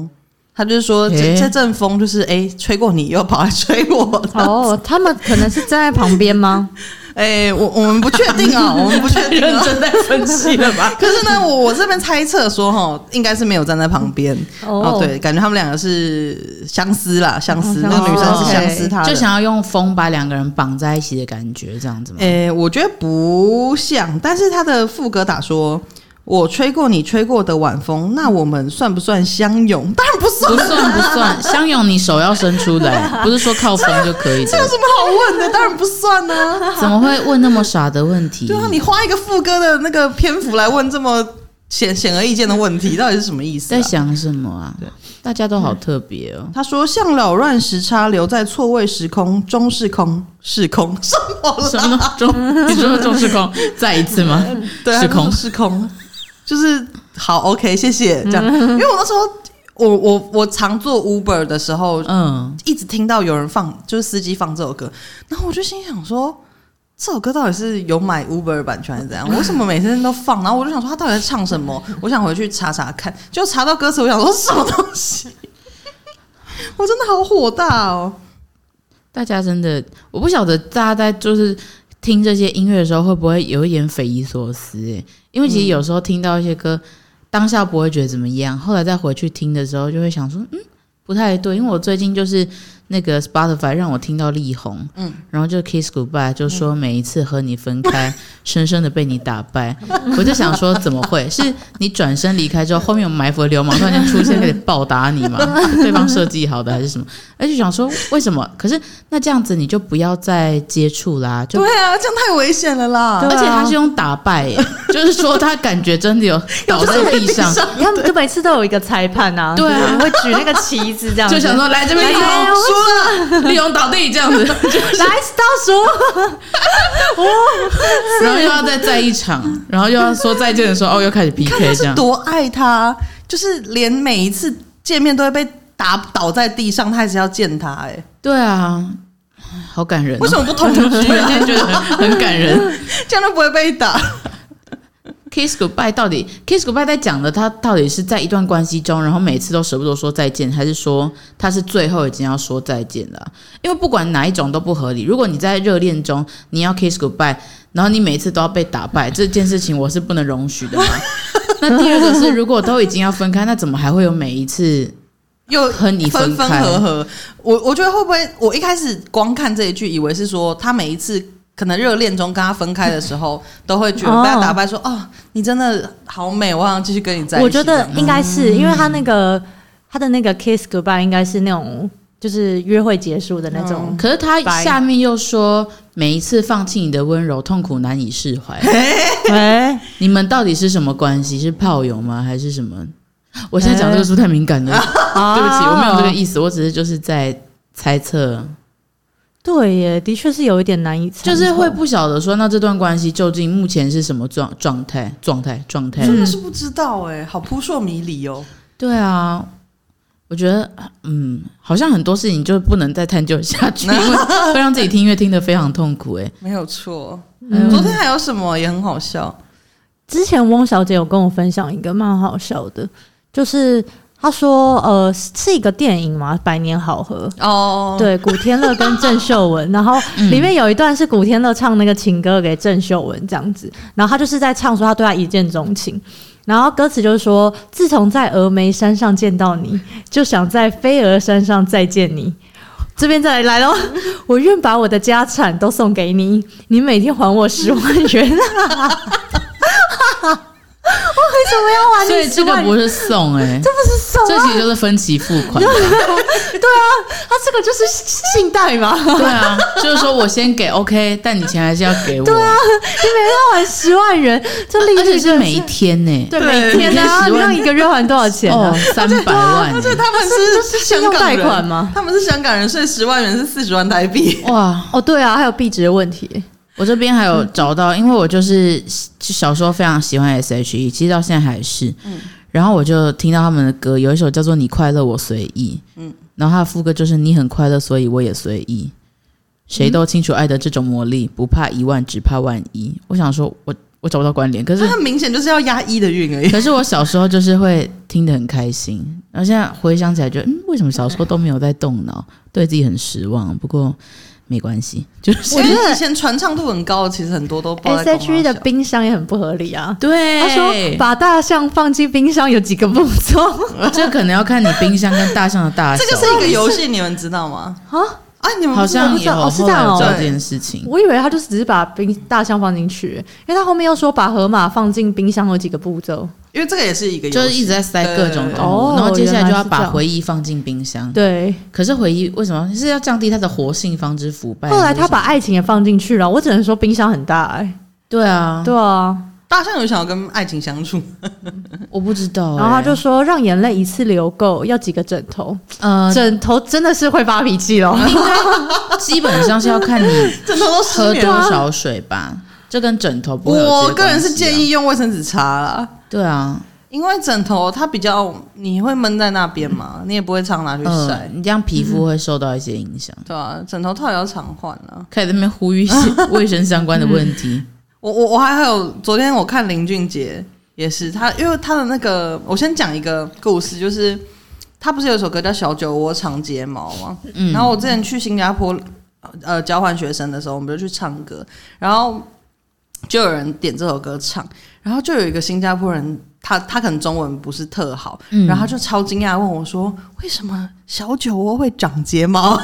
Speaker 1: 他就是说这
Speaker 3: 诶
Speaker 1: 这阵风就是哎、吹过你又跑来吹我，
Speaker 2: 哦，他们可能是站在旁边吗？
Speaker 1: 哎、我我们不确定啊，我们不确 定、啊，
Speaker 3: 在分析了吧？
Speaker 1: 可是呢，我我这边猜测说哈，应该是没有站在旁边哦
Speaker 2: 哦，
Speaker 1: 对，感觉他们两个是相思啦，相思，
Speaker 2: 哦
Speaker 1: 那个女生是相
Speaker 2: 相思
Speaker 1: 思他的，
Speaker 3: 哦就想要用风把两个人绑在一起的感觉，这样子吗？
Speaker 1: 诶、我觉得不像，但是他的副歌打说：“我吹过你吹过的晚风，那我们算不算相拥？”当然不算，
Speaker 3: 不算不算，相拥你手要伸出来，不是说靠风就可 以
Speaker 1: 这有
Speaker 3: 的。
Speaker 1: 什么好问的？当然不算 呢、
Speaker 3: 怎么会问那么傻的问题？
Speaker 1: 对啊，你花一个副歌的那个篇幅来问这么显显而易见的问题，到底是什么意思、啊
Speaker 3: 在？想什么啊？大家都好特别哦。
Speaker 1: 他说：“像扰乱时差，留在错位时空，中是空，是空， 什么啦？
Speaker 3: 什么中？ 你说中时空？再一次 吗？
Speaker 1: 对啊，
Speaker 3: 时空
Speaker 1: 就是时空，就是好 OK，谢谢这样。因为我那时候，我我我常做 Uber 的时候，
Speaker 3: 嗯，
Speaker 1: 一直听到有人放，就是司机放这首歌，然后我就心想说，这首歌到底是有买 Uber 版权还是怎样？为什么每天都放？然后我就想说，他到底在唱什么？我想回去查查看，就查到歌词，我想说什么东西？我真的好火大哦！
Speaker 3: 大家真的，我不晓得大家在就是听这些音乐的时候会不会有一点匪夷所思、欸？因为其实有时候听到一些歌，当下不会觉得怎么样，后来再回去听的时候就会想说，嗯，不太对。因为我最近就是那个 Spotify 让我听到力宏，嗯，然后就 Kiss Goodbye 就说每一次和你分 开，深深的被你打败，我就想说怎么会 是你转身离开之后，后面有埋伏的流氓突然间出现，开始暴打你吗？ 对方设计好的还是什么？而且想说为什么？可是那这样子你就不要再接触啦，就
Speaker 1: 对啊，这样太危险了啦！
Speaker 2: 对啊
Speaker 3: 而且他是用打败、 耶，就是说他感觉真的有倒在地上，
Speaker 2: 他们就每次都有一个裁判啊，
Speaker 3: 对啊
Speaker 2: 就是会举那个旗子这样子，
Speaker 3: 就想说来这边
Speaker 2: 来
Speaker 3: 利
Speaker 2: 这边
Speaker 3: 用
Speaker 1: 输了，
Speaker 3: 利用倒地这样 子，
Speaker 2: 来倒数。
Speaker 3: 然后又要再再一场，然后又要说再见的时候，哦，又开始
Speaker 1: 你看他
Speaker 3: PK 这
Speaker 1: 是
Speaker 3: 样。
Speaker 1: 多爱他，就是连每一次见面都会被打倒在地上，他还是要见他、哎，
Speaker 3: 对啊，好感人、哦。
Speaker 1: 为什么不同居
Speaker 3: 突然
Speaker 1: 啊？
Speaker 3: 间觉得很很感人。
Speaker 1: 这样都不会被打。
Speaker 3: Kiss goodbye 到底 Kiss goodbye 在讲的，他到底是在一段关系中，然后每次都舍不得说再见，还是说他是最后已经要说再见了啊？因为不管哪一种都不合理。如果你在热恋中，你要 kiss goodbye，然后你每次都要被打败，这件事情我是不能容许 的嘛。那第二个是，如果都已经要分开，那怎么还会有每一次
Speaker 1: 又
Speaker 3: 和你
Speaker 1: 分分
Speaker 3: 开？
Speaker 1: 合合。我我觉得会不会，我一开始光看这一句，以为是说他每一次可能热恋中跟他分开的时候，都会觉得被他打败说，哦你真的好美，我想继续跟你在一起。嗯
Speaker 2: 我觉得应该是，因为他那个他的那个 kiss goodbye 应该是那种就是约会结束的那种。
Speaker 3: 可是他
Speaker 2: 白
Speaker 3: 下面又说，每一次放弃你的温柔，痛苦难以释怀。
Speaker 2: 哎，
Speaker 3: 你们到底是什么关系？是炮友吗？还是什么？我现在讲这个是不是太敏感 了，对不起，我没有这个
Speaker 2: 思。
Speaker 3: 意思，我只是就是在猜测，
Speaker 2: 对耶，的确是有一点难以参透，
Speaker 3: 就是会不晓得说，那这段关系究竟目前是什么状状态？状态？状态？
Speaker 1: 真的是不知道哎、好扑朔迷离哦。
Speaker 3: 对啊，我觉得，嗯，好像很多事情就不能再探究下 去，因为会让自己听音乐听得非常痛苦、哎，
Speaker 1: 没有错，
Speaker 3: 嗯
Speaker 1: 昨天还有什么也很好笑，
Speaker 2: 之前翁小姐有跟我分享一个蛮好笑的，就是她说，呃，是一个电影嘛，《百年好合》。
Speaker 1: 哦，
Speaker 2: 对，古天乐跟郑秀 文，然后里面有一段是古天乐唱那个情歌给郑秀文这样子，然后他就是在唱说他对他一见钟情，然后歌词就是说，自从在峨眉山上见到你，就想在飞鹅山上再见你。这边再来喽！ 我愿把我的家产都送给你，你每天还我十万元、啊。我为什 么要还
Speaker 3: 所
Speaker 2: 你
Speaker 3: 以
Speaker 2: 十
Speaker 3: 这
Speaker 2: 万元？
Speaker 3: 个不是送、 哎，
Speaker 2: 这不是送
Speaker 3: 这
Speaker 2: 啊！
Speaker 3: 其实就是分期付 款。
Speaker 2: 对啊，他这个就是信贷嘛。
Speaker 3: 对啊，就是说我先给 OK，但你钱还是要给我。对啊，
Speaker 2: 你每天要还十万元，这利率
Speaker 3: 而且是每一
Speaker 2: 真的
Speaker 3: 天呢、
Speaker 2: 对
Speaker 1: 对
Speaker 2: 每天啊，你
Speaker 3: 每天10万
Speaker 2: 让一个月还多少钱
Speaker 3: 哦
Speaker 2: 啊？，
Speaker 3: 三百万
Speaker 1: 而且
Speaker 3: 欸、
Speaker 1: 他们是
Speaker 2: 这是信
Speaker 1: 香
Speaker 2: 用
Speaker 1: 港人
Speaker 2: 贷款吗
Speaker 1: 他们是香港人，所以十万元是四十万台 币。
Speaker 3: 哇！
Speaker 2: 哦，对啊，还有币值的问题。
Speaker 3: 我这边还有找到，因为我就是小时候非常喜欢 S.H.E，其实到现在还是。然后我就听到他们的歌，有一首叫做《你快乐我随意》，嗯，然后他的副歌就是“你很快乐，所以我也随意”。谁都清楚爱的这种魔力，不怕一万，只怕万一。我想说我，我找不到关联，可是
Speaker 1: 那很明显就是要压一的运而已。
Speaker 3: 可是我小时候就是会听得很开心，然后现在回想起来就，嗯，为什么小时候都没有在动脑，对自己很失望。不过没关系，就 是
Speaker 1: 我觉得以前传唱度很高，其实很多都不知道在
Speaker 2: S
Speaker 1: 干嘛
Speaker 2: H E 的
Speaker 1: 笑
Speaker 2: 冰箱也很不合理啊。
Speaker 3: 对
Speaker 2: 他说把大象放进冰箱有几个步 骤
Speaker 3: 这可能要看你冰箱跟大象的大小，
Speaker 1: 这个是一个游戏，你们知道 吗？
Speaker 2: 啊？
Speaker 1: 啊，你们不
Speaker 3: 好
Speaker 1: 知道
Speaker 3: 像
Speaker 2: 知道
Speaker 3: 有
Speaker 2: 哦是
Speaker 3: 后
Speaker 2: 这
Speaker 3: 来
Speaker 2: 样哦
Speaker 3: 有知道这件事情。
Speaker 2: 我以为他就只是把冰大象放进去，因为他后面又说把河马放进冰箱有几个步骤。
Speaker 1: 因为这个也是一个游戏，
Speaker 3: 就是一直在塞各种
Speaker 1: 对
Speaker 3: 动物，
Speaker 2: 哦
Speaker 3: 然后接下来就
Speaker 2: 原
Speaker 3: 要
Speaker 2: 来是这
Speaker 3: 把
Speaker 2: 样
Speaker 3: 回忆放进冰箱。
Speaker 2: 对，
Speaker 3: 可是回忆为什么是要降低它的活性，防止腐败？
Speaker 2: 后来他把爱情也放进去了，我只能说冰箱很大哎。
Speaker 3: 对啊，
Speaker 2: 对啊，
Speaker 1: 大象有想要跟爱情相处，
Speaker 3: 我不知道欸、
Speaker 2: 然后他就说让眼泪一次流够要几个枕头，
Speaker 3: 呃，
Speaker 2: 枕头真的哦是会发脾气 咯。
Speaker 3: 基本上是要 看你
Speaker 1: 枕头都失
Speaker 3: 喝
Speaker 1: 眠
Speaker 3: 多
Speaker 1: 了。
Speaker 3: 少水吧，这跟枕头不会有直接
Speaker 1: 我个人是
Speaker 3: 关系啊
Speaker 1: 建，议用卫生纸擦啦，
Speaker 3: 对啊，
Speaker 1: 因为枕头它比较你会闷在那边嘛，你也不会常拿去
Speaker 3: 嗯、
Speaker 1: 晒，
Speaker 3: 你这样皮肤会受到一些影响。
Speaker 1: 对啊，枕头套也要常换啊。
Speaker 3: 开始在那边呼吁一些 卫生相关的问题，
Speaker 1: 我我我还有昨天我看林俊杰也是他，因为他的那个，我先讲一个故事，就是他不是有一首歌叫《小酒窝长睫毛》吗？
Speaker 3: 嗯
Speaker 1: 然后我之前去新加坡呃交换学生的时候，我们就去唱歌，然后就有人点这首歌唱，然后就有一个新加坡人，他他可能中文不是特好，
Speaker 3: 嗯
Speaker 1: 然后他就超惊讶地问我说：“为什么小酒窝会长睫毛？”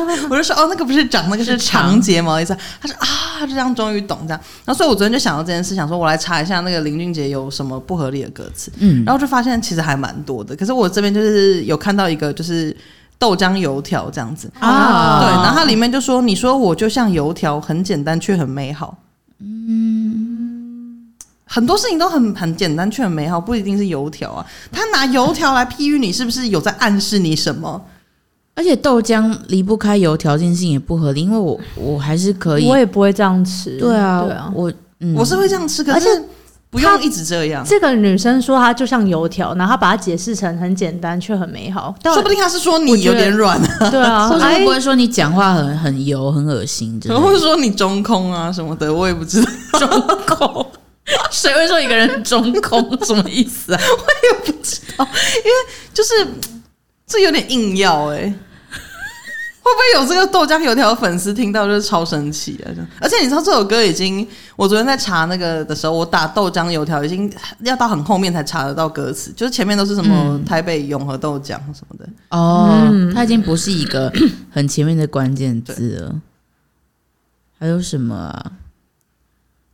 Speaker 1: 我就说：“哦，那个不是长，那个是
Speaker 3: 是长
Speaker 1: 长睫毛。”意思啊，他说啊，他就这样终于懂这样。然后所以我昨天就想到这件事，想说我来查一下那个林俊杰有什么不合理的歌词，
Speaker 3: 嗯，
Speaker 1: 然后就发现其实还蛮多的。可是我这边就是有看到一个就是豆浆油条这样子，
Speaker 3: 啊
Speaker 1: 对，然后它里面就说：“你说我就像油条，很简单却很美好。”嗯，很多事情都很很简单却很美好，不一定是油条啊。他拿油条来譬喻你，是不是有在暗示你什么？
Speaker 3: 而且豆浆离不开油，条件性也不合理，因为我我还是可以
Speaker 2: 我，也不会这样吃。
Speaker 3: 对啊，
Speaker 2: 对啊，
Speaker 3: 我嗯，
Speaker 1: 我是会这样吃，可
Speaker 2: 而且
Speaker 1: 是不用一直这样。
Speaker 2: 这个女生说她就像油条，然后她把它解释成很简单却很美好，但
Speaker 1: 说不定他是说你
Speaker 2: 我觉
Speaker 1: 有
Speaker 2: 得
Speaker 1: 点软啊，
Speaker 2: 对啊，
Speaker 3: 或者会
Speaker 2: 哎
Speaker 3: 不 会说你讲话很很油、很恶心之类
Speaker 1: 然后
Speaker 3: 的？
Speaker 1: 啊说你中空啊什么的，我也不知道，
Speaker 3: 中空，谁会说一个人中空？ 什么意思啊？
Speaker 1: 就是这有点硬要哎、会不会有这个豆浆油条的粉丝听到就是超生气啊？就而且你知道这首歌已经，我昨天在查那个的时候，我打豆浆油条已经要到很后面才查得到歌词，就是前面都是什么
Speaker 3: 嗯
Speaker 1: 台北永和豆浆什么的。
Speaker 3: 哦，
Speaker 2: 嗯
Speaker 3: 它已经不是一 个很前面的关键字了。还有什么啊？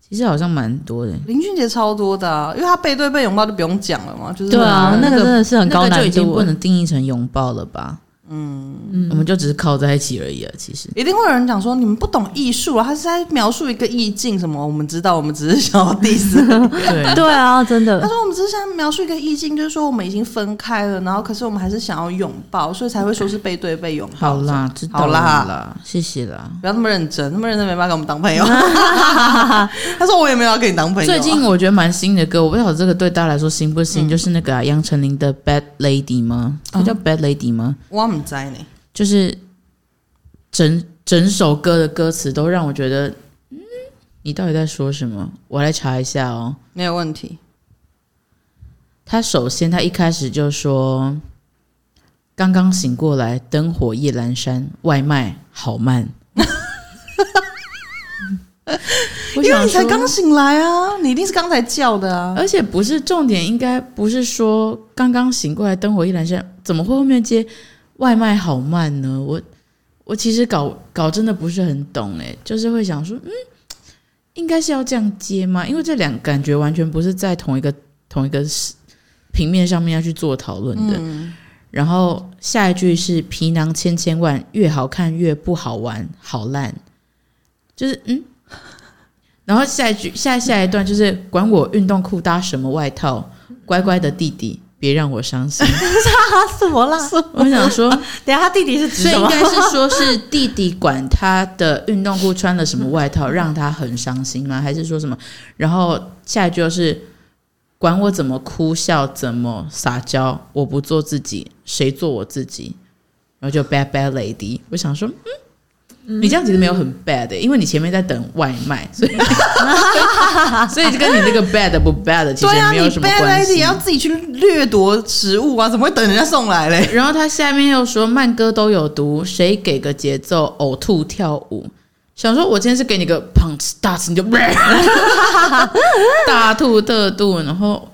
Speaker 3: 其实好像蛮多的。
Speaker 1: 林俊杰超多的、啊，因为他背对背拥抱就不用讲了嘛，就是
Speaker 2: 对啊，
Speaker 1: 那
Speaker 2: 那个真的是很高
Speaker 3: 那个就
Speaker 2: 难
Speaker 3: 已经
Speaker 2: 度
Speaker 3: 不
Speaker 2: 了。
Speaker 3: 能定义成拥抱了吧？嗯，我们就只是靠在一起而已啊。其实，
Speaker 1: 一定会有人讲说你们不懂艺术啊，他是在描述一个意境什么？我们知道，我们只是想要 diss
Speaker 3: 对，
Speaker 2: 对啊，真
Speaker 1: 他
Speaker 2: 的，
Speaker 1: 说我们只是想描述一个意境，就是说我们已经分开了，然后可是我们还是想要拥抱，所以才会说是背对背拥抱。
Speaker 3: 好啦，知道
Speaker 1: 好
Speaker 3: 了
Speaker 1: 啦
Speaker 3: 啦，谢谢啦。
Speaker 1: 不要那么认真，那么认真没办法跟我们当朋 友。他说我也没有要跟你当朋友啊、
Speaker 3: 最近我觉得蛮新的歌，我不晓得这个对大家来说新不新，就是那个啊杨丞琳的《Bad Lady》吗？它叫《Bad Lady》吗？
Speaker 1: 我们在呢，
Speaker 3: 就是整整首歌的歌词都让我觉得，嗯，你到底在说什么？我来查一下哦。
Speaker 1: 没有问题。
Speaker 3: 他首先他一开始就说：“刚刚醒过来，灯火夜阑珊，外卖好慢。”
Speaker 1: 因
Speaker 3: 我
Speaker 1: 为
Speaker 3: 想
Speaker 1: 你才
Speaker 3: 说
Speaker 1: 刚醒来啊，你一定是刚才叫的啊。
Speaker 3: 而且不是重点，应该不是说刚刚醒过来灯火一阑珊，怎么会后面接外卖好慢呢？我我其实搞搞真的不是很懂哎、就是会想说，嗯，应该是要这样接吗？因为这两感觉完全不是在同一个同一个是平面上面要去做讨论
Speaker 1: 嗯
Speaker 3: 的。然后下一句是皮囊千千万，越好看越不好玩，好烂，就是嗯。然后下一句下下一段就是管我运动裤搭什么外套，乖乖的弟弟，别让我伤心。
Speaker 2: 他 什么啊啦？
Speaker 3: 我想说，
Speaker 2: 等一下他弟弟是指
Speaker 3: 所以
Speaker 2: 什
Speaker 3: 应
Speaker 2: 么？
Speaker 3: 该是说是弟弟管他的运动裤穿了什么外套，让他很伤心吗？还是说什么？然后下一句就是管我怎么哭笑，怎么撒娇，我不做自己，谁做我自己？然后就 bad bad lady，我想说，嗯，你这样其实没有很 bad，、欸、因为你前面在等外卖，所以 所以跟你这个 bad 不 bad 其实
Speaker 1: 对啊，
Speaker 3: 没
Speaker 1: 你
Speaker 3: 有什么
Speaker 1: bad
Speaker 3: 关
Speaker 1: lady
Speaker 3: 系。
Speaker 1: 要自己去掠夺食物啊，怎么会等人家送来嘞？
Speaker 3: 然后他下面又说慢歌都有毒，谁给个节奏呕吐跳舞？想说我今天是给你个 punch 大词，你就 大吐特吐，然后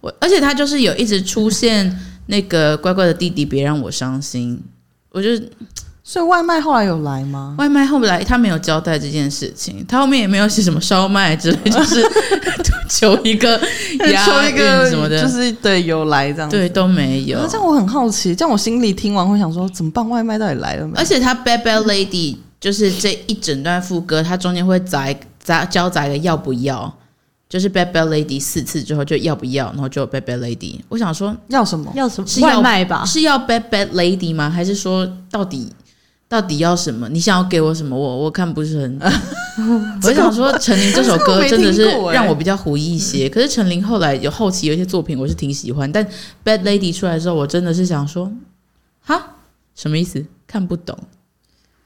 Speaker 3: 我而且他就是有一直出现那个乖乖的弟弟，别让我伤心。我就
Speaker 1: 嗯所以外卖后来有来吗？
Speaker 3: 外卖后来他没有交代这件事情，他后面也没有写什么烧麦之类，就是 求一 个
Speaker 1: 抽
Speaker 3: 押
Speaker 1: 一个
Speaker 3: 韵什么的，
Speaker 1: 就是对有来这样子。
Speaker 3: 对都没有
Speaker 1: 啊。这样我很好奇，这样我心里听完会想说，怎么办？外卖到底来了没？
Speaker 3: 而且他 Bad Bad Lady 就是这一整段副歌，它中间会杂一杂交杂一个要不要，就是 Bad Bad Lady 四次之后就要不要，然后就 Bad Bad Lady。我想说
Speaker 1: 要什么？
Speaker 2: 要什么
Speaker 3: 是
Speaker 2: 外
Speaker 3: 要
Speaker 2: 卖吧？
Speaker 3: 是要 Bad Bad Lady 吗？还是说到底到底要什么？你想要给我什么？我我看不 是很懂。我想说陈琳这首歌真的是
Speaker 2: 欸
Speaker 3: 让我比较狐疑一些，可是陈琳后来有后期有一些作品我是挺喜欢，但 Bad Lady 出来之后，我真的是想说，哈，什么意思？看不懂。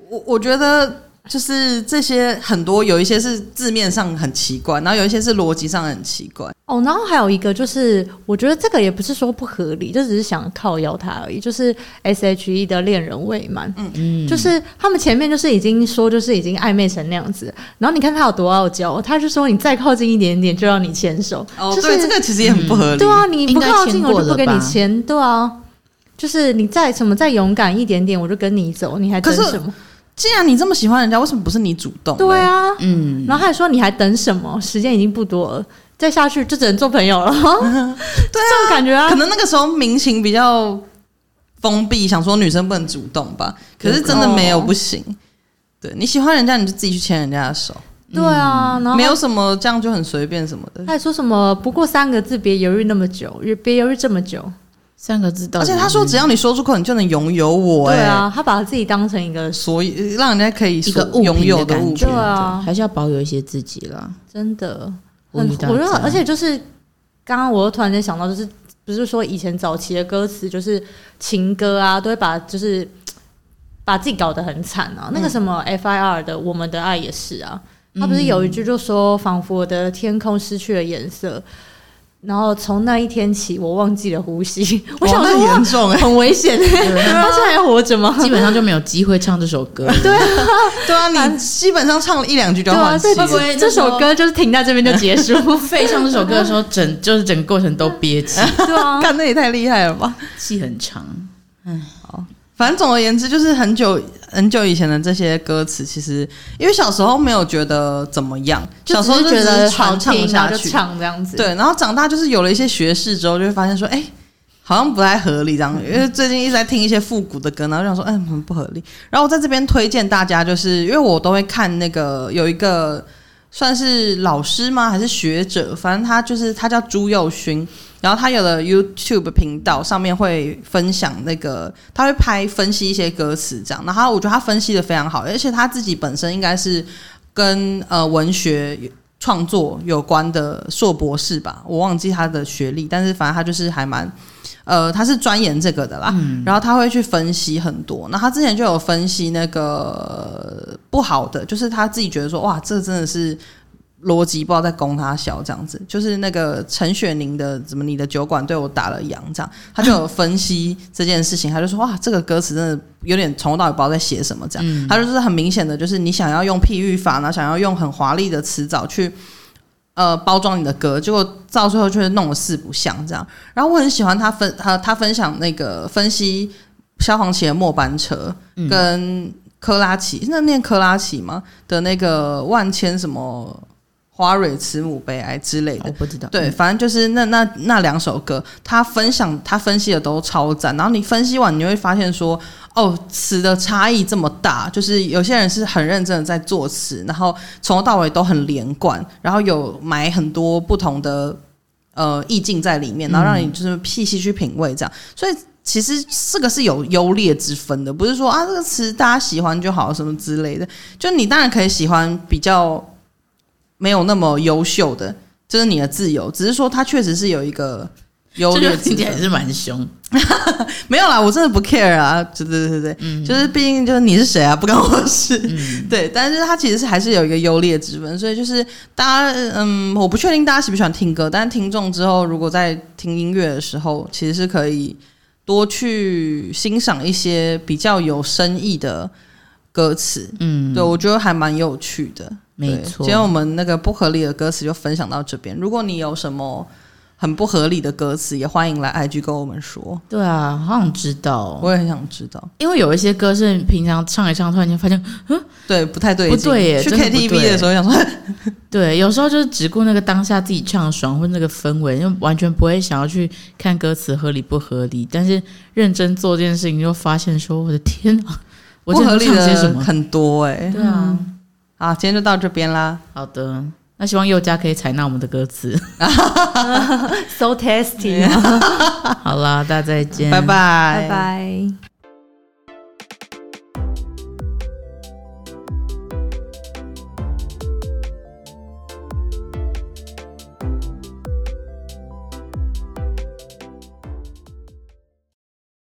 Speaker 1: 我我觉得就是这些很多有一些是字面上很奇怪，然后有一些是逻辑上很奇怪。
Speaker 2: 哦，然后还有一个就是，我觉得这个也不是说不合理，就只是想靠邀他而已。就是 S H E 的恋人未满，嗯嗯，就是他们前面就是已经说就是已经暧昧成那样子，然后你看他有多傲娇，他就说你再靠近一点点就让你牵手，就
Speaker 1: 哦
Speaker 2: 是
Speaker 1: 嗯对，这个其实也很不合理。
Speaker 2: 对啊，你不靠近
Speaker 3: 应该牵过
Speaker 2: 我就不给
Speaker 3: 了
Speaker 2: 你
Speaker 3: 吧
Speaker 2: 牵，对啊。就是你再什么再勇敢一点点，我就跟你走，你还等
Speaker 1: 可是
Speaker 2: 什么？
Speaker 1: 既然你这么喜欢人家，为什么不是你主动？
Speaker 2: 对，啊，
Speaker 3: 嗯，
Speaker 2: 然后他还说你还等什么？时间已经不多了，再下去就只能做朋友了。 对啊，这种感觉啊
Speaker 1: 可，能那个时候民情比较封闭，想说女生不能主动吧。可是真的没有
Speaker 2: 哦
Speaker 1: 不行。对你喜欢人家，你就自己去牵人家的手，
Speaker 2: 对啊，然后
Speaker 1: 嗯没有什么这样就很随便什么的
Speaker 2: 他。还说什么不过三个字，别犹豫那么久，别犹豫这么久。
Speaker 3: 三个字到
Speaker 1: 而
Speaker 3: 底是，
Speaker 1: 且他说，只要你说出口，你就能拥有我、
Speaker 2: 对
Speaker 1: 哎、
Speaker 2: 啊，他把自己当成一个
Speaker 1: 所以让人家可以
Speaker 3: 一个
Speaker 1: 所
Speaker 3: 物
Speaker 1: 拥
Speaker 3: 品
Speaker 1: 有
Speaker 3: 的感
Speaker 1: 物
Speaker 3: 觉，
Speaker 1: 品
Speaker 2: 对。啊
Speaker 3: 还是要保有一些自己啦。
Speaker 2: 真的。
Speaker 3: 国语到底
Speaker 2: 我觉
Speaker 3: 怎
Speaker 2: 得
Speaker 3: 样，
Speaker 2: 而且就是刚刚我又突然间想到，就是不是说以前早期的歌词就是情歌啊，都会把就是把自己搞得很惨啊。
Speaker 1: 嗯
Speaker 2: 那个什么 FIR 的《我们的爱》也是啊，他不是有一句就说仿佛我的天空失去了颜色。然后从那一天起，我忘记了呼吸。 我想
Speaker 1: 哇
Speaker 2: 说
Speaker 1: 那
Speaker 2: 哇
Speaker 1: 严，重哎、
Speaker 2: 很危险，他现在还活着吗？
Speaker 3: 基本上就没有机会唱这首 歌。对，
Speaker 1: 对啊，你基本上唱了一两句就
Speaker 2: 对
Speaker 1: 要
Speaker 2: 啊，
Speaker 1: 换
Speaker 2: 所以
Speaker 1: 气
Speaker 3: 会。不会
Speaker 2: 这这首歌就是停在这边就结束，
Speaker 3: 费唱这首歌的时候，整就是整个过程都憋 气，
Speaker 2: 对 啊，
Speaker 1: 干那也太厉害了吧！
Speaker 3: 气很长。
Speaker 1: 反正总而言之，就是很久很久以前的这些歌词，其实因为小时候没有觉得怎么样，小时候
Speaker 2: 就
Speaker 1: 就只
Speaker 2: 只是
Speaker 1: 是
Speaker 2: 觉得好
Speaker 1: 传
Speaker 2: 听，
Speaker 1: 唱
Speaker 2: 然
Speaker 1: 下
Speaker 2: 后就
Speaker 1: 去，
Speaker 2: 唱这样子。
Speaker 1: 对，然后长大就是有了一些学识之后，就会发现说，哎、好像不太合理这样。
Speaker 2: 嗯
Speaker 1: 因为最近一直在听一些复古的歌，然后就想说，哎、很不合理。然后我在这边推荐大家，就是因为我都会看那个有一个算是老师吗，还是学者，反正他就是他叫朱佑勋，然后他有的 YouTube 频道上面会分享那个，他会拍分析一些歌词这样。然后我觉得他分析的非常好，而且他自己本身应该是跟呃文学创作有关的硕博士吧，我忘记他的学历，但是反正他就是还蛮，呃，他是钻研这个的啦。然后他会去分析很多，那他之前就有分析那个呃不好的，就是他自己觉得说，哇，这真的是。逻辑不知道在攻他小这样子，就是那个陈雪凝的怎么你的酒馆对我打了烊这样，他就有分析这件事情，他就说哇这个歌词真的有点从头到尾不知道在写什么这样，他就是很明显的就是你想要用譬喻法，然后想要用很华丽的词藻去呃包装你的歌，结果到最后却弄得四不像这样。然后我很喜欢他分他他分享那个分析萧煌奇的末班车跟科拉奇，那念科拉奇吗的那个万千什么花蕊慈母悲哀之类的
Speaker 3: 我。不知道，嗯
Speaker 1: 对，反正就是那那那两首歌，他分享他分析的都超赞。然后你分析完，你会发现说，哦，词的差异这么大，就是有些人是很认真的在作词，然后从头到尾都很连贯，然后有埋很多不同的呃意境在里面，然后让你嗯就是细细去品味这样。所以其实这个是有优劣之分的，不是说啊这个词大家喜欢就好什么之类的。就你当然可以喜欢比较没有那么优秀的，这、是你的自由。只是说它确实是有一个优
Speaker 3: 这
Speaker 1: 劣
Speaker 3: 就
Speaker 1: 之
Speaker 3: 听起来
Speaker 1: 分，
Speaker 3: 是蛮凶。
Speaker 1: 没有啦，我真的不 care 啊，对对对对，
Speaker 3: 嗯
Speaker 1: 就是毕竟就是你是谁啊，不关我事。 对，但是它其实是还是有一个优劣之分，所以就是大家嗯，我不确定大家喜不喜欢听歌，但是听众之后如果在听音乐的时候，其实是可以多去欣赏一些比较有深意的歌词。
Speaker 3: 嗯，
Speaker 1: 对，我觉得还蛮有趣的。
Speaker 3: 没
Speaker 1: 对
Speaker 3: 错。
Speaker 1: 今天我们那个不合理的歌词就分享到这边。如果你有什么很不合理的歌词，也欢迎来 IG 跟我们说，
Speaker 3: 对啊，好想知道，哦
Speaker 1: 我也很想知道。
Speaker 3: 因为有一些歌是平常唱一唱，突然间发现，
Speaker 1: 对，不太对
Speaker 3: 不
Speaker 1: 劲。
Speaker 3: 对耶
Speaker 1: 去
Speaker 3: 真的不
Speaker 1: KTV
Speaker 3: 对
Speaker 1: 的时候想说，
Speaker 3: 对，有时候就是只顾那个当下自己唱爽或那个氛围，就完全不会想要去看歌词合理不合理。但是认真做这件事情，就发现说，我的天 啊，我
Speaker 1: 不
Speaker 3: 这
Speaker 1: 合理
Speaker 3: 唱些什
Speaker 1: 的
Speaker 3: 么？
Speaker 1: 很多哎。
Speaker 3: 对啊，
Speaker 2: 嗯
Speaker 1: 啊，今天就到这边啦。
Speaker 3: 好的，那希望佑嘉可以采纳我们的歌词。
Speaker 2: So tasty，
Speaker 3: 好啦，大家再见，
Speaker 1: 拜拜，
Speaker 2: 拜拜。